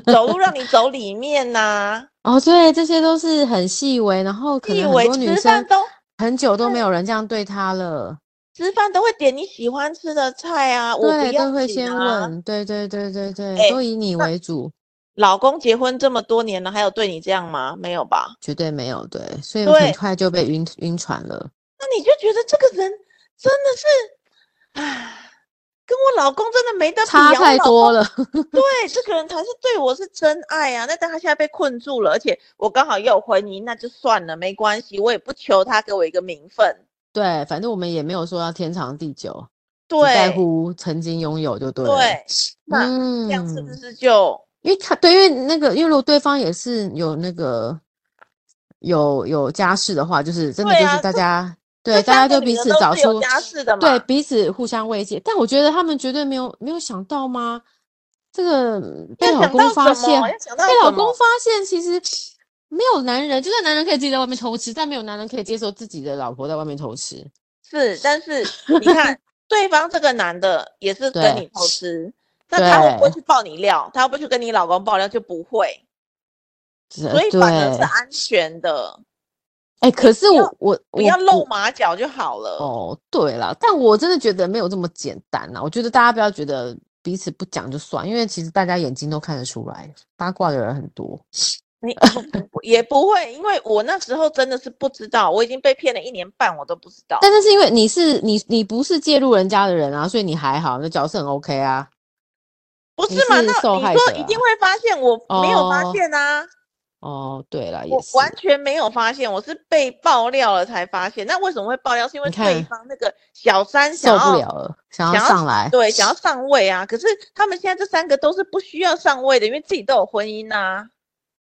Speaker 2: 走路让你走里面呐、
Speaker 1: 哦，对，这些都是很细微，然后 可
Speaker 2: 你以
Speaker 1: 能
Speaker 2: 为
Speaker 1: 很多女
Speaker 2: 吃饭
Speaker 1: 生
Speaker 2: 都
Speaker 1: 很久都没有人这样对她了，
Speaker 2: 吃饭都会点你喜欢吃的菜啊，我不
Speaker 1: 对，
Speaker 2: 要
Speaker 1: 都会
Speaker 2: 紧
Speaker 1: 先
Speaker 2: 啊。
Speaker 1: 问，对对对对对，
Speaker 2: 哎
Speaker 1: 都以你为主，
Speaker 2: 老公结婚这么多年了，还有对你这样吗？没有吧？
Speaker 1: 绝对没有对，所以很
Speaker 2: 对
Speaker 1: 快就被晕晕船了，
Speaker 2: 那你就觉得这个人真的是，唉，跟我老公真的没得比、
Speaker 1: 差
Speaker 2: 啊，
Speaker 1: 太多
Speaker 2: 了。
Speaker 1: 了，
Speaker 2: 对，这个人才是对我是真爱啊。那但他现在被困住了，而且我刚好又有婚姻，那就算了，没关系，我也不求他给我一个名分。
Speaker 1: 对，反正我们也没有说要天长地久，
Speaker 2: 对
Speaker 1: 只，在乎曾经拥有就对了，
Speaker 2: 对，那
Speaker 1: 嗯，
Speaker 2: 这样是不是就？
Speaker 1: 因为他对，因为那个，因为如果对方也是有那个有有家室的话，就是真的
Speaker 2: 对
Speaker 1: 就
Speaker 2: 啊
Speaker 1: 是大
Speaker 2: 这
Speaker 1: 家对
Speaker 2: 这
Speaker 1: 大
Speaker 2: 三
Speaker 1: 家
Speaker 2: 个
Speaker 1: 就
Speaker 2: 女
Speaker 1: 彼
Speaker 2: 的
Speaker 1: 此
Speaker 2: 都
Speaker 1: 找
Speaker 2: 是有
Speaker 1: 出
Speaker 2: 家室的嘛？
Speaker 1: 对彼此互相慰藉，但我觉得他们绝对没有没有想到吗？这个被
Speaker 2: 要
Speaker 1: 老
Speaker 2: 想
Speaker 1: 公
Speaker 2: 到
Speaker 1: 发
Speaker 2: 什么？
Speaker 1: 现，
Speaker 2: 要想到
Speaker 1: 被
Speaker 2: 什
Speaker 1: 老
Speaker 2: 么
Speaker 1: 公？发现其实没有男人，就算男人可以自己在外面偷吃，但没有男人可以接受自己的老婆在外面偷吃。
Speaker 2: 是，但是 你看，对方这个男的也是跟
Speaker 1: 对
Speaker 2: 你偷吃，那他会不会
Speaker 1: 对
Speaker 2: 去爆你料？他会不会去跟你老公爆料？就不会，
Speaker 1: 所
Speaker 2: 所以
Speaker 1: 呃对，
Speaker 2: 反而是安全的，
Speaker 1: 哎，可是
Speaker 2: 不要
Speaker 1: 我我
Speaker 2: 不要
Speaker 1: 我
Speaker 2: 露马脚就好了。
Speaker 1: 哦哦，对啦，但我真的觉得没有这么简单啦。我觉得大家不要觉得彼此不讲就算，因为其实大家眼睛都看得出来，八卦的人很多。
Speaker 2: 你也不会，因为我那时候真的是不知道，我已经被骗了一年半，我都不知道。
Speaker 1: 但那是因为你是你你不是介入人家的人啊，所以你还好，那角色很 OK 啊。
Speaker 2: 不
Speaker 1: 你
Speaker 2: 是嘛？
Speaker 1: 是
Speaker 2: 那
Speaker 1: 受害
Speaker 2: 你说
Speaker 1: 者
Speaker 2: 一
Speaker 1: 啊
Speaker 2: 定会发现，我没有
Speaker 1: 哦
Speaker 2: 发现啊，
Speaker 1: 哦，对了，也
Speaker 2: 我
Speaker 1: 是。
Speaker 2: 完全没有发现，我是被爆料了才发现。那为什么会爆料？是因为
Speaker 1: 你
Speaker 2: 对
Speaker 1: 看
Speaker 2: 方那个小三想
Speaker 1: 受
Speaker 2: 要
Speaker 1: 不了了，想要
Speaker 2: 想要
Speaker 1: 上来。
Speaker 2: 对，想要上位啊！可是他们现在这三个都是不需要上位的，因为自己都有婚姻呐、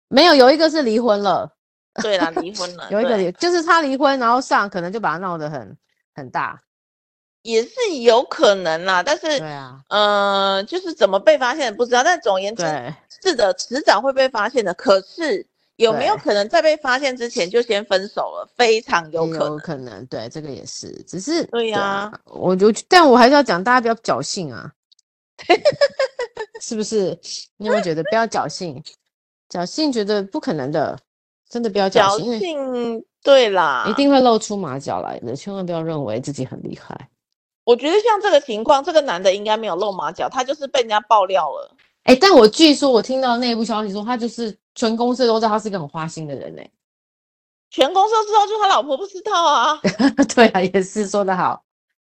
Speaker 1: 没有，有一个是离婚了，
Speaker 2: 啊。对啦，离婚了。
Speaker 1: 有一个
Speaker 2: 对
Speaker 1: 离就是他离婚，然后上可能就把他闹得很很大。
Speaker 2: 也是有可能啦，但
Speaker 1: 对
Speaker 2: 是
Speaker 1: 啊，
Speaker 2: 呃，就是怎么被发现不知道。但总而言之，
Speaker 1: 对，
Speaker 2: 是的，迟早会被发现的。可是有没有
Speaker 1: 对
Speaker 2: 可能在被发现之前就先分手了？非常有
Speaker 1: 也
Speaker 2: 可
Speaker 1: 有
Speaker 2: 能。
Speaker 1: 可能，对，这个也是，只是啊
Speaker 2: 对呀、
Speaker 1: 我就但我还是要讲，大家不要侥幸 啊，是不是？你有没有觉得不要侥幸？侥幸觉得不可能的，真的不要侥
Speaker 2: 侥
Speaker 1: 幸，因为
Speaker 2: 幸，啊对啦，
Speaker 1: 一定会露出马脚来的，千万不要认为自己很厉害。
Speaker 2: 我觉得像这个情况，这个男的应该没有露马脚，他就是被人家爆料了。
Speaker 1: 哎、但我据说我听到内部消息说，他就是全公司都知道他是一个很花心的人呢、欸
Speaker 2: 全公司都知道，就他老婆不知道啊。
Speaker 1: 对啊，也是说得好，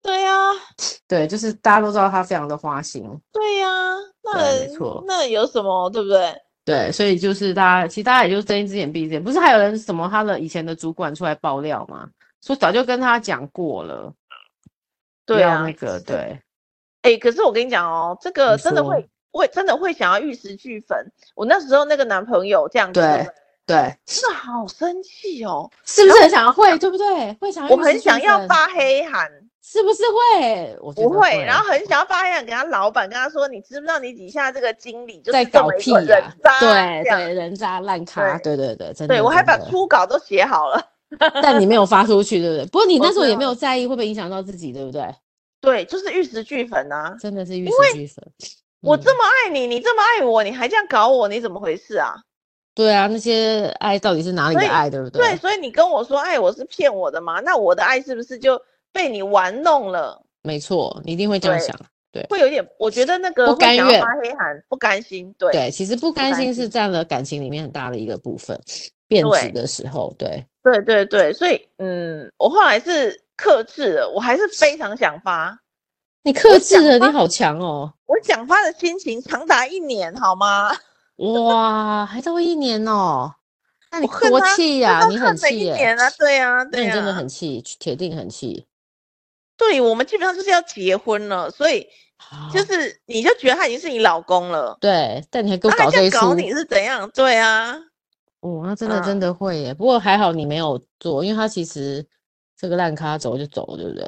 Speaker 2: 对啊呀、
Speaker 1: 对，就是大家都知道他非常的花心，
Speaker 2: 对呀、
Speaker 1: 对没
Speaker 2: 那
Speaker 1: 错
Speaker 2: 那有什么对不对？
Speaker 1: 对，所以就是大家，其实大家也就睁一只眼闭一只眼，不是还有人什么他的以前的主管出来爆料吗？说早就跟他讲过了，不
Speaker 2: 对
Speaker 1: 要
Speaker 2: 啊
Speaker 1: 那，个
Speaker 2: 是
Speaker 1: 对，
Speaker 2: 哎，可是我跟你讲哦，这个
Speaker 1: 你
Speaker 2: 真的
Speaker 1: 说
Speaker 2: 会，会真的会想要玉石俱焚。我那时候那个男朋友这样子，
Speaker 1: 对对，
Speaker 2: 真的好生气哦，
Speaker 1: 是不是很想要会，对不对？会想要
Speaker 2: 我
Speaker 1: 玉
Speaker 2: 很
Speaker 1: 石
Speaker 2: 想
Speaker 1: 俱
Speaker 2: 要
Speaker 1: 焚
Speaker 2: 发，黑函，
Speaker 1: 是不是会？我觉
Speaker 2: 不
Speaker 1: 得
Speaker 2: 会，然后很想要发黑函给他老板，跟他说，你知不知道你底下这个经理就是
Speaker 1: 在
Speaker 2: 这
Speaker 1: 搞
Speaker 2: 么一
Speaker 1: 屁
Speaker 2: 个人
Speaker 1: 呀、
Speaker 2: 渣
Speaker 1: 对
Speaker 2: 这样
Speaker 1: 对，人渣烂咖，对对对，真的。
Speaker 2: 对我还
Speaker 1: 真
Speaker 2: 把
Speaker 1: 的
Speaker 2: 初稿都写好了。
Speaker 1: 但你没有发出去，对不对？不过你
Speaker 2: 我
Speaker 1: 那时候
Speaker 2: 知
Speaker 1: 也
Speaker 2: 道
Speaker 1: 没有在意，会不会影响到自己，对不对？
Speaker 2: 对，就是玉石俱焚啊！
Speaker 1: 真的是玉
Speaker 2: 因
Speaker 1: 石俱焚。
Speaker 2: 我
Speaker 1: 嗯
Speaker 2: 这么爱你，你这么爱我，你还这样搞我，你怎么回事啊？
Speaker 1: 对啊，那些爱到底是哪里
Speaker 2: 所
Speaker 1: 的
Speaker 2: 以
Speaker 1: 爱，对不
Speaker 2: 对，所以你跟我说爱我是骗我的嘛？那我的爱是不是就被你玩弄了？
Speaker 1: 没错，你一定会这样
Speaker 2: 对
Speaker 1: 想。
Speaker 2: 会有点，我觉得那个
Speaker 1: 不
Speaker 2: 会
Speaker 1: 甘
Speaker 2: 想要
Speaker 1: 愿
Speaker 2: 发黑函，不甘心。对，
Speaker 1: 对，其实不甘
Speaker 2: 甘
Speaker 1: 心
Speaker 2: 心
Speaker 1: 是占了感情里面很大的一个部分，变
Speaker 2: 对
Speaker 1: 质的时候，对，
Speaker 2: 对，对，对，所以，嗯，我后来是克制了，我还是非常想发，
Speaker 1: 你克制
Speaker 2: 想
Speaker 1: 了，你
Speaker 2: 发
Speaker 1: 好强哦，
Speaker 2: 我想发的心情长达一年，好吗？
Speaker 1: 哇，还到一年 哦，那你
Speaker 2: 我恨
Speaker 1: 多
Speaker 2: 他
Speaker 1: 气
Speaker 2: 那
Speaker 1: 呀、
Speaker 2: 都
Speaker 1: 你
Speaker 2: 恨
Speaker 1: 很
Speaker 2: 了
Speaker 1: 气
Speaker 2: 一
Speaker 1: 耶、
Speaker 2: 年啊，对啊，
Speaker 1: 那
Speaker 2: 对
Speaker 1: 你
Speaker 2: 啊，
Speaker 1: 真的很气，铁定很气，
Speaker 2: 对，我们基本上就是要结婚了，所以 就
Speaker 1: 啊
Speaker 2: 是你就觉得他已经是你老公了，
Speaker 1: 对，但你还给我
Speaker 2: 他
Speaker 1: 搞
Speaker 2: 还啊这
Speaker 1: 这
Speaker 2: 样
Speaker 1: 一出
Speaker 2: 搞，你是怎样？对啊，
Speaker 1: 哦，那真的
Speaker 2: 嗯
Speaker 1: 真的会耶，不过还好你没有做，因为他其实这个烂咖走就走了，对不对？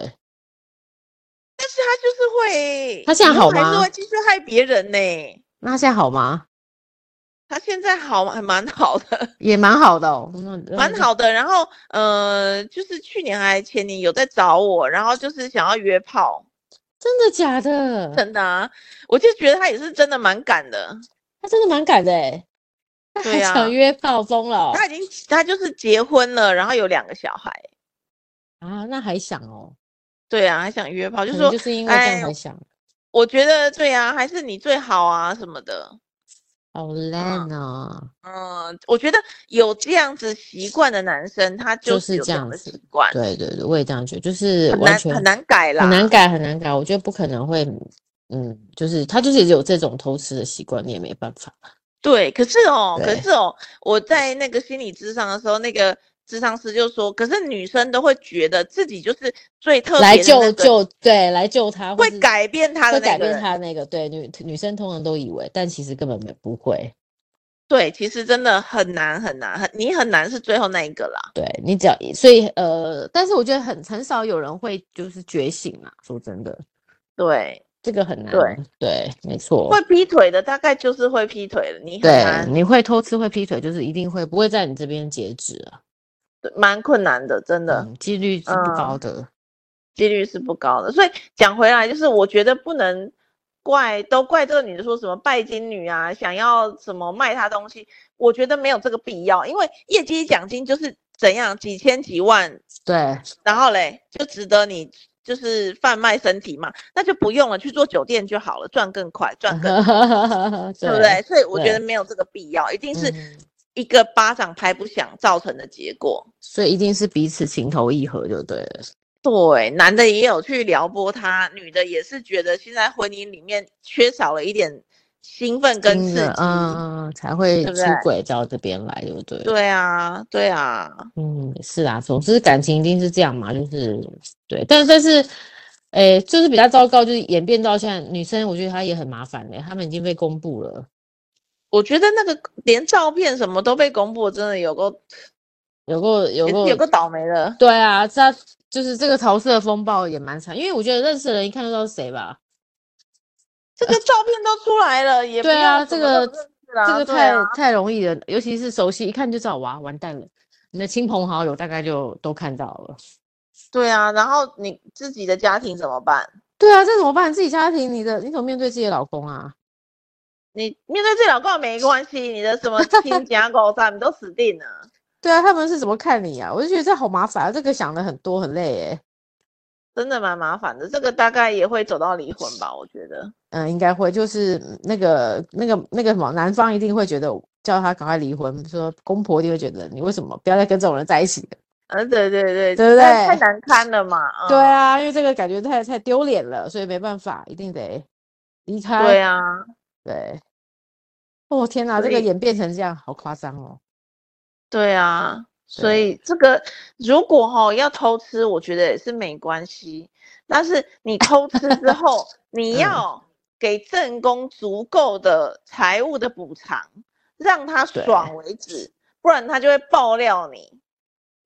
Speaker 2: 但是他就是会，
Speaker 1: 他现在
Speaker 2: 以后
Speaker 1: 好
Speaker 2: 还是
Speaker 1: 吗
Speaker 2: 会继续害别人呢、
Speaker 1: 那他现在好吗？
Speaker 2: 他现在好还蛮好的，
Speaker 1: 也蛮好的哦，那
Speaker 2: 蛮。
Speaker 1: 那
Speaker 2: 好的。然后，呃，就是去年还前年有在找我，然后就是想要约炮，
Speaker 1: 真的假的？
Speaker 2: 真的啊，我就觉得他也是真的蛮敢的。
Speaker 1: 他真的蛮敢的哎，他
Speaker 2: 对
Speaker 1: 还
Speaker 2: 啊
Speaker 1: 想约炮疯了哦
Speaker 2: 他已经他就是结婚了，然后有两个小孩，
Speaker 1: 啊？那还想哦，
Speaker 2: 对啊，还想约炮，就
Speaker 1: 可能
Speaker 2: 说
Speaker 1: 就是因为这样
Speaker 2: 哎
Speaker 1: 才想，
Speaker 2: 我觉得对啊，还是你最好啊什么的。
Speaker 1: 好烂哦。
Speaker 2: 嗯，我觉得有这样子习惯的男生，他
Speaker 1: 就
Speaker 2: 就是是有
Speaker 1: 这样
Speaker 2: 的
Speaker 1: 子
Speaker 2: 习惯，
Speaker 1: 对对对，我也这样觉得，就是
Speaker 2: 很
Speaker 1: 完
Speaker 2: 难
Speaker 1: 全
Speaker 2: 很难改啦，
Speaker 1: 很难改，很难改。我觉得不可能会，嗯，就是他就是有这种偷吃的习惯，你也没办法。
Speaker 2: 对，可是哦，可
Speaker 1: 对
Speaker 2: 是哦，我在那个心理咨商的时候，那个咨商师就说，可是女生都会觉得自己就是最特
Speaker 1: 来
Speaker 2: 别的那
Speaker 1: 救
Speaker 2: 个，
Speaker 1: 救，对，来救他，
Speaker 2: 会
Speaker 1: 或是
Speaker 2: 改变她的
Speaker 1: 会
Speaker 2: 那
Speaker 1: 改
Speaker 2: 个
Speaker 1: 变
Speaker 2: 人。
Speaker 1: 他那个。对，女女生通常都以为，但其实根本没不会。
Speaker 2: 对，其实真的很难很难，很你很难是最后那一个啦。
Speaker 1: 对你只要，所以呃，但是我觉得很很少有人会就是觉醒啊。说真的，
Speaker 2: 对，
Speaker 1: 这个很难。
Speaker 2: 对
Speaker 1: 对，没错。
Speaker 2: 会劈腿的大概就是会劈腿了，你很
Speaker 1: 对，
Speaker 2: 难，
Speaker 1: 你会偷吃，会劈腿，就是一定会，不会在你这边截止啊。
Speaker 2: 对蛮困难的，真的。
Speaker 1: 嗯，几率是不高的。
Speaker 2: 几率是不高的。所以讲回来，就是我觉得不能怪都怪这个女的说什么拜金女啊，想要什么卖她东西，我觉得没有这个必要，因为业绩奖金就是怎样几千几万，
Speaker 1: 对
Speaker 2: 然后嘞就值得你就是贩卖身体嘛，那就不用了，去做酒店就好了，赚更快，赚
Speaker 1: 嗯
Speaker 2: 更快， 对不对？所以我觉得没有这个必要，一定是
Speaker 1: 嗯
Speaker 2: 一个巴掌拍不响造成的结果。
Speaker 1: 所以一定是彼此情投意合就对了。
Speaker 2: 对，男的也有去撩拨他，女的也是觉得现在婚姻里面缺少了一点兴奋跟
Speaker 1: 真
Speaker 2: 刺
Speaker 1: 的
Speaker 2: 激。
Speaker 1: 嗯，嗯嗯才会
Speaker 2: 对不
Speaker 1: 出
Speaker 2: 对
Speaker 1: 轨到这边来，对不对？，
Speaker 2: 对啊，对啊，
Speaker 1: 嗯，是啊，总之感情一定是这样嘛，就是对，但但是，诶，就是比较糟糕，就是演变到现在，女生我觉得她也很麻烦嘞、她们已经被公布了，
Speaker 2: 我觉得那个连照片什么都被公布，真的有够
Speaker 1: 有个有
Speaker 2: 也是
Speaker 1: 个
Speaker 2: 有够倒霉的。
Speaker 1: 对啊，这就是这个桃色风暴也蛮惨，因为我觉得认识的人一看就知道是谁吧，
Speaker 2: 这个照片都出来了，也不
Speaker 1: 对啊
Speaker 2: 用什
Speaker 1: 这
Speaker 2: 么
Speaker 1: 个
Speaker 2: 都不认识啦
Speaker 1: 这个
Speaker 2: 对
Speaker 1: 太、
Speaker 2: 啊
Speaker 1: 太容易了，尤其是熟悉，一看就知道哇，完蛋了，你的亲朋好友大概就都看到了。
Speaker 2: 对啊，然后你自己的家庭怎么办？
Speaker 1: 对啊，这怎么办？自己家庭，你的你怎么面对自己的老公啊？
Speaker 2: 你面对这老公没关系，你的什么 亲家狗仔你都死定了。
Speaker 1: 对啊，他们是怎么看你啊？我就觉得这好麻烦啊，这个想的很多很累诶。
Speaker 2: 真的蛮麻烦的，这个大概也会走到离婚吧，我觉得。
Speaker 1: 嗯，应该会，就是嗯那个那个那个什么，男方一定会觉得叫他赶快离婚，说公婆一定会觉得你为什么不要再跟这种人在一起了？
Speaker 2: 嗯，对对对，
Speaker 1: 对不
Speaker 2: 但太
Speaker 1: 对
Speaker 2: 难堪了嘛。嗯
Speaker 1: 对，啊，因为这个感觉太太丢脸了，所以没办法，一定得离开。
Speaker 2: 对啊，
Speaker 1: 对哦天哪，这
Speaker 2: 所
Speaker 1: 个
Speaker 2: 以
Speaker 1: 演变成这样，好夸张哦。
Speaker 2: 对啊，所
Speaker 1: 对
Speaker 2: 以这个如果哈、要偷吃，我觉得也是没关系，但是你偷吃 之后，你
Speaker 1: 嗯
Speaker 2: 要给正宫足够的财务的补偿，让他
Speaker 1: 对
Speaker 2: 爽为止，不然他就会爆料你。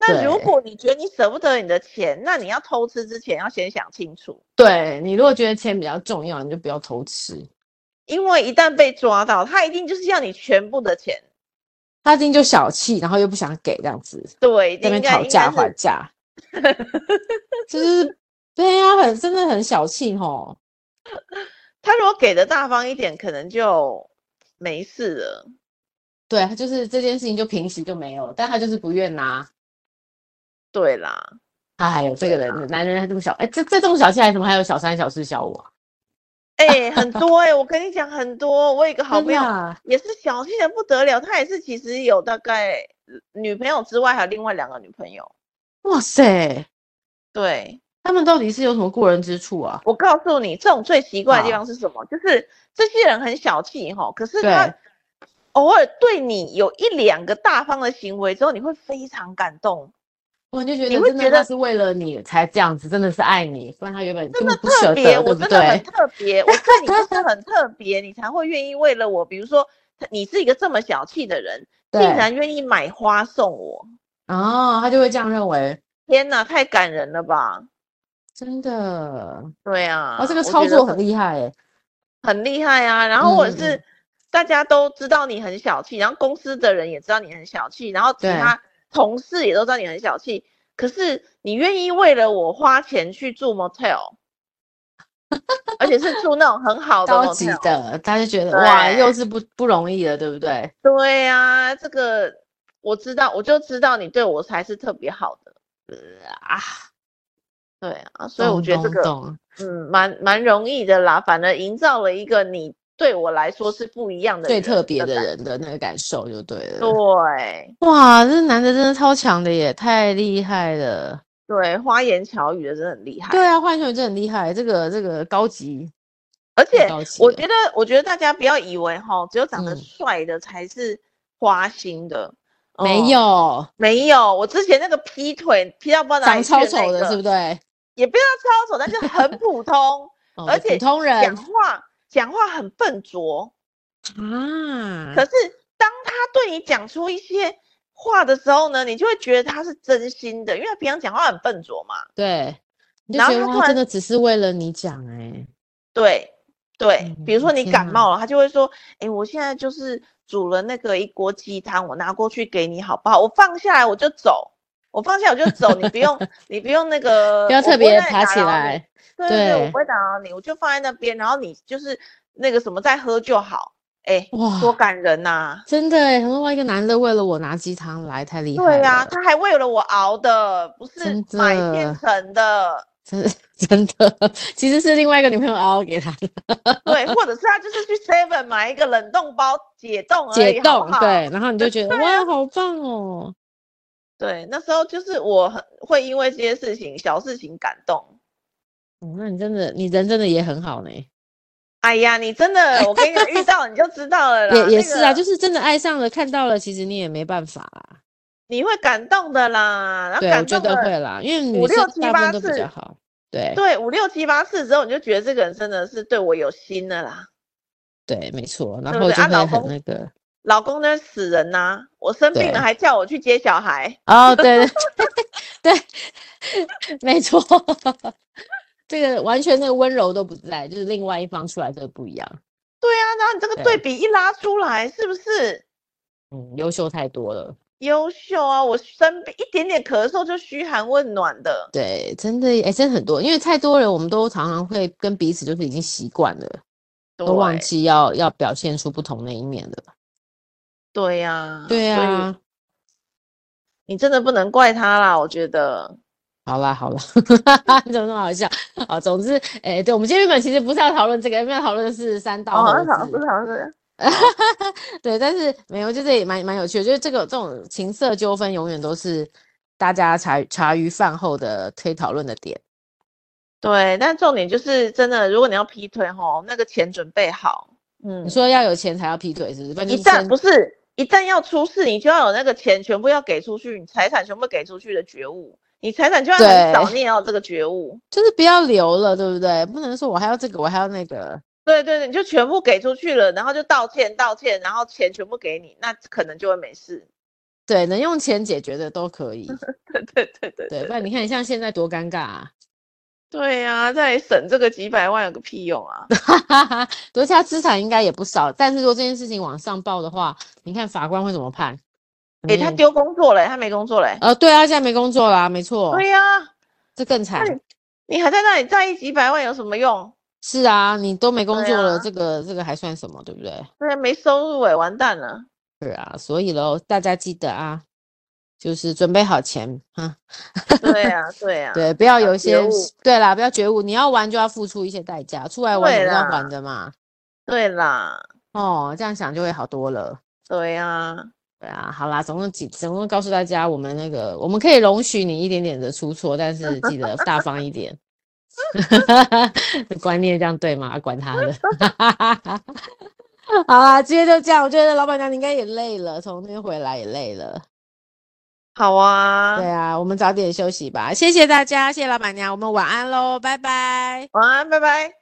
Speaker 2: 那如
Speaker 1: 对
Speaker 2: 果你觉得你舍不得你的钱，那你要偷吃之前要先想清楚。
Speaker 1: 对你如果觉得钱比较重要，你就不要偷吃。
Speaker 2: 因为一旦被抓到，他一定就是要你全部的钱，
Speaker 1: 他一定就小气，然后又不想给这样子，
Speaker 2: 对，
Speaker 1: 在那
Speaker 2: 应
Speaker 1: 边
Speaker 2: 该
Speaker 1: 讨
Speaker 2: 应
Speaker 1: 价
Speaker 2: 该
Speaker 1: 还
Speaker 2: 是
Speaker 1: 价，就是 对呀、很真的很小气吼。
Speaker 2: 他如果给的大方一点，可能就没事了。
Speaker 1: 对，就是这件事情就平时就没有，但他就是不愿拿。
Speaker 2: 对啦，
Speaker 1: 哎呦，这个人，男人还这么小，哎，这这种小气还怎么还有小三、小四、小五啊？
Speaker 2: 哎、 很多哎、我跟你讲很多，我有一个好
Speaker 1: 真
Speaker 2: 朋
Speaker 1: 的
Speaker 2: 友
Speaker 1: 啊
Speaker 2: 也是小气的不得了，他也是其实有大概呃女朋友之外还有另外两个女朋友。
Speaker 1: 哇塞，
Speaker 2: 对
Speaker 1: 他们到底是有什么过人之处啊？
Speaker 2: 我告诉你，这种最奇怪的地
Speaker 1: 好
Speaker 2: 方是什么？就是这些人很小气哈，可是他
Speaker 1: 对
Speaker 2: 偶尔对你有一两个大方的行为之后，你会非常感动。
Speaker 1: 我就觉得
Speaker 2: 你会
Speaker 1: 真的
Speaker 2: 觉得
Speaker 1: 他是为了你才这样子，真的是爱你，不然他原本
Speaker 2: 真
Speaker 1: 根
Speaker 2: 的
Speaker 1: 本不舍
Speaker 2: 特别，
Speaker 1: 得，对
Speaker 2: 我
Speaker 1: 不
Speaker 2: 真的很
Speaker 1: 对？
Speaker 2: 特别，我对你真的很特别，你才会愿意为了我，比如说你是一个这么小气的人，竟
Speaker 1: 对，
Speaker 2: 然愿意买花送我，
Speaker 1: 哦，他就会这样认为，
Speaker 2: 天哪，太感人了吧？
Speaker 1: 真的。哦
Speaker 2: 对啊，
Speaker 1: 哇，这个
Speaker 2: 我觉
Speaker 1: 操
Speaker 2: 得
Speaker 1: 作很厉害哎。
Speaker 2: 很厉害啊，然后或者
Speaker 1: 嗯
Speaker 2: 是
Speaker 1: 嗯
Speaker 2: 大家都知道你很小气，然后公司的人也知道你很小气，然后其
Speaker 1: 对
Speaker 2: 他同事也都知道你很小气，可是你愿意为了我花钱去住 motel，而且是住那种很好的 motel，
Speaker 1: 高级的，他就觉得哇，
Speaker 2: 哦对
Speaker 1: 又是不不容易了，对不对？
Speaker 2: 对呀、这个我知道，我就知道你对我才是特别好的。呃
Speaker 1: 啊，
Speaker 2: 对啊，所以我觉得这
Speaker 1: 懂
Speaker 2: 个
Speaker 1: 懂懂
Speaker 2: 嗯，蛮蛮容易的啦，反而营造了一个你对我来说是不一样的
Speaker 1: 最
Speaker 2: 人
Speaker 1: 特别的
Speaker 2: 感
Speaker 1: 人的那个感受就对了。
Speaker 2: 对
Speaker 1: 哇，这男的真的超强的耶，太厉害了。
Speaker 2: 对，花言巧语的真的很厉害。
Speaker 1: 对啊，幻秀真的很厉害，这个这个高级，
Speaker 2: 而
Speaker 1: 太
Speaker 2: 且
Speaker 1: 高级
Speaker 2: 我
Speaker 1: 了
Speaker 2: 觉得，我觉得大家不要以为哈，只有长得
Speaker 1: 嗯
Speaker 2: 帅的才是花心的，
Speaker 1: 没
Speaker 2: 嗯
Speaker 1: 有
Speaker 2: 没有。我之前那个劈腿劈到不知道哪
Speaker 1: 长
Speaker 2: 里去
Speaker 1: 超
Speaker 2: 那
Speaker 1: 丑的，
Speaker 2: 个
Speaker 1: 是不对？
Speaker 2: 也不要超丑，但是 很普通。
Speaker 1: 哦
Speaker 2: 而且
Speaker 1: 普通人
Speaker 2: 讲话讲话很笨拙，
Speaker 1: 啊
Speaker 2: 可，是当他对你讲出一些话的时候呢，你就会觉得他是真心的，因为他平常讲话很笨拙嘛。
Speaker 1: 对，你就
Speaker 2: 然
Speaker 1: 觉得
Speaker 2: 后他突
Speaker 1: 哇，真
Speaker 2: 然
Speaker 1: 的只是为了你讲哎，
Speaker 2: 对对，比
Speaker 1: 嗯
Speaker 2: 如说你
Speaker 1: 天
Speaker 2: 感
Speaker 1: 哪
Speaker 2: 冒了，他就会说：“哎，我现在就是煮了那个一锅鸡汤，我拿过去给你好不好？我放下来我就走。”我放下我就走，你不用， 你不用那个，
Speaker 1: 不要
Speaker 2: 呃
Speaker 1: 特
Speaker 2: 我会
Speaker 1: 别
Speaker 2: 让你
Speaker 1: 爬
Speaker 2: 打
Speaker 1: 起
Speaker 2: 扰你
Speaker 1: 来。
Speaker 2: 对对对，我
Speaker 1: 对
Speaker 2: 不会打扰你，我就放在那边，然后你就是那个什么再喝就好。哎，
Speaker 1: 哇，
Speaker 2: 多感人呐、
Speaker 1: 真的哎，很多外一个男的为了我拿鸡汤来，太厉害了。
Speaker 2: 对呀、他还为了我熬的，不是
Speaker 1: 真
Speaker 2: 买现
Speaker 1: 的
Speaker 2: 成的。
Speaker 1: 真的 真的，其实是另外一个女朋友熬给他
Speaker 2: 哎
Speaker 1: 的
Speaker 2: 对，或者是他就是去 Seven 买一个冷冻包解冻而已，
Speaker 1: 解
Speaker 2: 好
Speaker 1: 冻
Speaker 2: 不，好
Speaker 1: 对，然后你就觉得哇，好棒哦，
Speaker 2: 对，那时候就是我很会因为这些事情小事情感动。
Speaker 1: 哦那你真的你人真的也很好呢，
Speaker 2: 哎呀，你真的，我跟你讲，遇到你就知道了啦。
Speaker 1: 也也
Speaker 2: 那
Speaker 1: 是啊，
Speaker 2: 个
Speaker 1: 就是真的爱上了，看到了，其实你也没办法啦，
Speaker 2: 你会感动的啦，然后
Speaker 1: 对，我
Speaker 2: 啊感
Speaker 1: 觉
Speaker 2: 动
Speaker 1: 得
Speaker 2: 了，
Speaker 1: 会啦，因为女
Speaker 2: 五六
Speaker 1: 生
Speaker 2: 七
Speaker 1: 大部分
Speaker 2: 八
Speaker 1: 都比
Speaker 2: 次
Speaker 1: 较好，对
Speaker 2: 对，五六七八次之后，你就觉得这个人真的是对我有心的啦。
Speaker 1: 对，没错，然
Speaker 2: 对不
Speaker 1: 后
Speaker 2: 对
Speaker 1: 就
Speaker 2: 啊
Speaker 1: 会
Speaker 2: 老
Speaker 1: 很
Speaker 2: 公
Speaker 1: 那个，
Speaker 2: 老公那是死人呐、我生病
Speaker 1: 对
Speaker 2: 了还叫我去接小孩，
Speaker 1: 哦，对 对对对，没错，这个完全那个温柔都不在，就是另外一方出来这个不一样，
Speaker 2: 对啊，然后你这个
Speaker 1: 对
Speaker 2: 对比一拉出来，是不是
Speaker 1: 嗯，优秀太多了，
Speaker 2: 优秀啊？我生病一点点咳嗽就嘘寒问暖的，
Speaker 1: 对，真的，哎，真的很多，因为太多人，我们都常常会跟彼此就是已经习惯了，
Speaker 2: 对
Speaker 1: 都忘记要要表现出不同那一面了，
Speaker 2: 对呀、
Speaker 1: 对
Speaker 2: 嗯所以
Speaker 1: 啊。
Speaker 2: 你真的不能怪他啦，我觉得。
Speaker 1: 好啦好啦， 你怎么那么好笑？好，总之，哎、对，我们今天原本其实不是要讨论这个，原本要讨论的是三道
Speaker 2: 哦好
Speaker 1: 猴
Speaker 2: 像
Speaker 1: 子，
Speaker 2: 好像是好像是，
Speaker 1: 对，但是没有，就这也蛮蛮有趣的，就是这个这种情色纠纷永远都是大家茶余茶余饭后的可以讨论的点。
Speaker 2: 对，但重点就是真的，如果你要劈腿吼，那个钱准备好，嗯
Speaker 1: 你，说要有钱才要劈腿，是不是？不然就
Speaker 2: 一
Speaker 1: 是
Speaker 2: 旦
Speaker 1: 先
Speaker 2: 不是一旦要出事，你就要有那个钱全部要给出去，你财产全部给出去的觉悟，你财产就算很少，
Speaker 1: 对
Speaker 2: 你也要有这个觉悟。
Speaker 1: 就是不要留了，对不对？不能说我还要这个，我还要那个。
Speaker 2: 对对对，你就全部给出去了，然后就道歉道歉，然后钱全部给你，那可能就会没事。
Speaker 1: 对，能用钱解决的都可以。
Speaker 2: 对对对对
Speaker 1: 对，不
Speaker 2: 对
Speaker 1: 然你看你像现在多尴尬啊！
Speaker 2: 对呀、再省这个几百万有个屁用啊！
Speaker 1: 哈哈 哈，而且他资产应该也不少，但是如果这件事情往上报的话，你看法官会怎么判？
Speaker 2: 诶，他
Speaker 1: 嗯
Speaker 2: 丢工作了，他没工作了。
Speaker 1: 呃，对啊，现在没工作啦，没错，
Speaker 2: 对呀、
Speaker 1: 这更惨。
Speaker 2: 你还在那里在意几百万有什么用？
Speaker 1: 是啊，你都没工
Speaker 2: 对
Speaker 1: 作了，
Speaker 2: 啊
Speaker 1: 这个这个还算什么，对不对？
Speaker 2: 对，没收入哎、完蛋了。
Speaker 1: 是啊，所以喽，大家记得啊，就是准备好钱啊，
Speaker 2: 对呀、对呀、
Speaker 1: 对，不要有一
Speaker 2: 啊觉
Speaker 1: 些
Speaker 2: 悟
Speaker 1: 对啦，不要觉悟，你要玩就要付出一些代价，出来玩
Speaker 2: 对
Speaker 1: 总是要
Speaker 2: 啦
Speaker 1: 还的嘛，
Speaker 2: 对啦，
Speaker 1: 哦，这样想就会好多了。
Speaker 2: 对呀、
Speaker 1: 对啊，好啦，总共几，总共告诉大家，我们那个我们可以容许你一点点的出错，但是记得大方一点。 观念这样对吗？啊管他的。 好啦，今天就这样。我觉得老板娘你应该也累了，从那边回来也累了。
Speaker 2: 好啊，
Speaker 1: 对啊，我们早点休息吧。谢谢大家，谢谢老板娘，我们晚安喽，拜拜。
Speaker 2: 晚安，拜拜。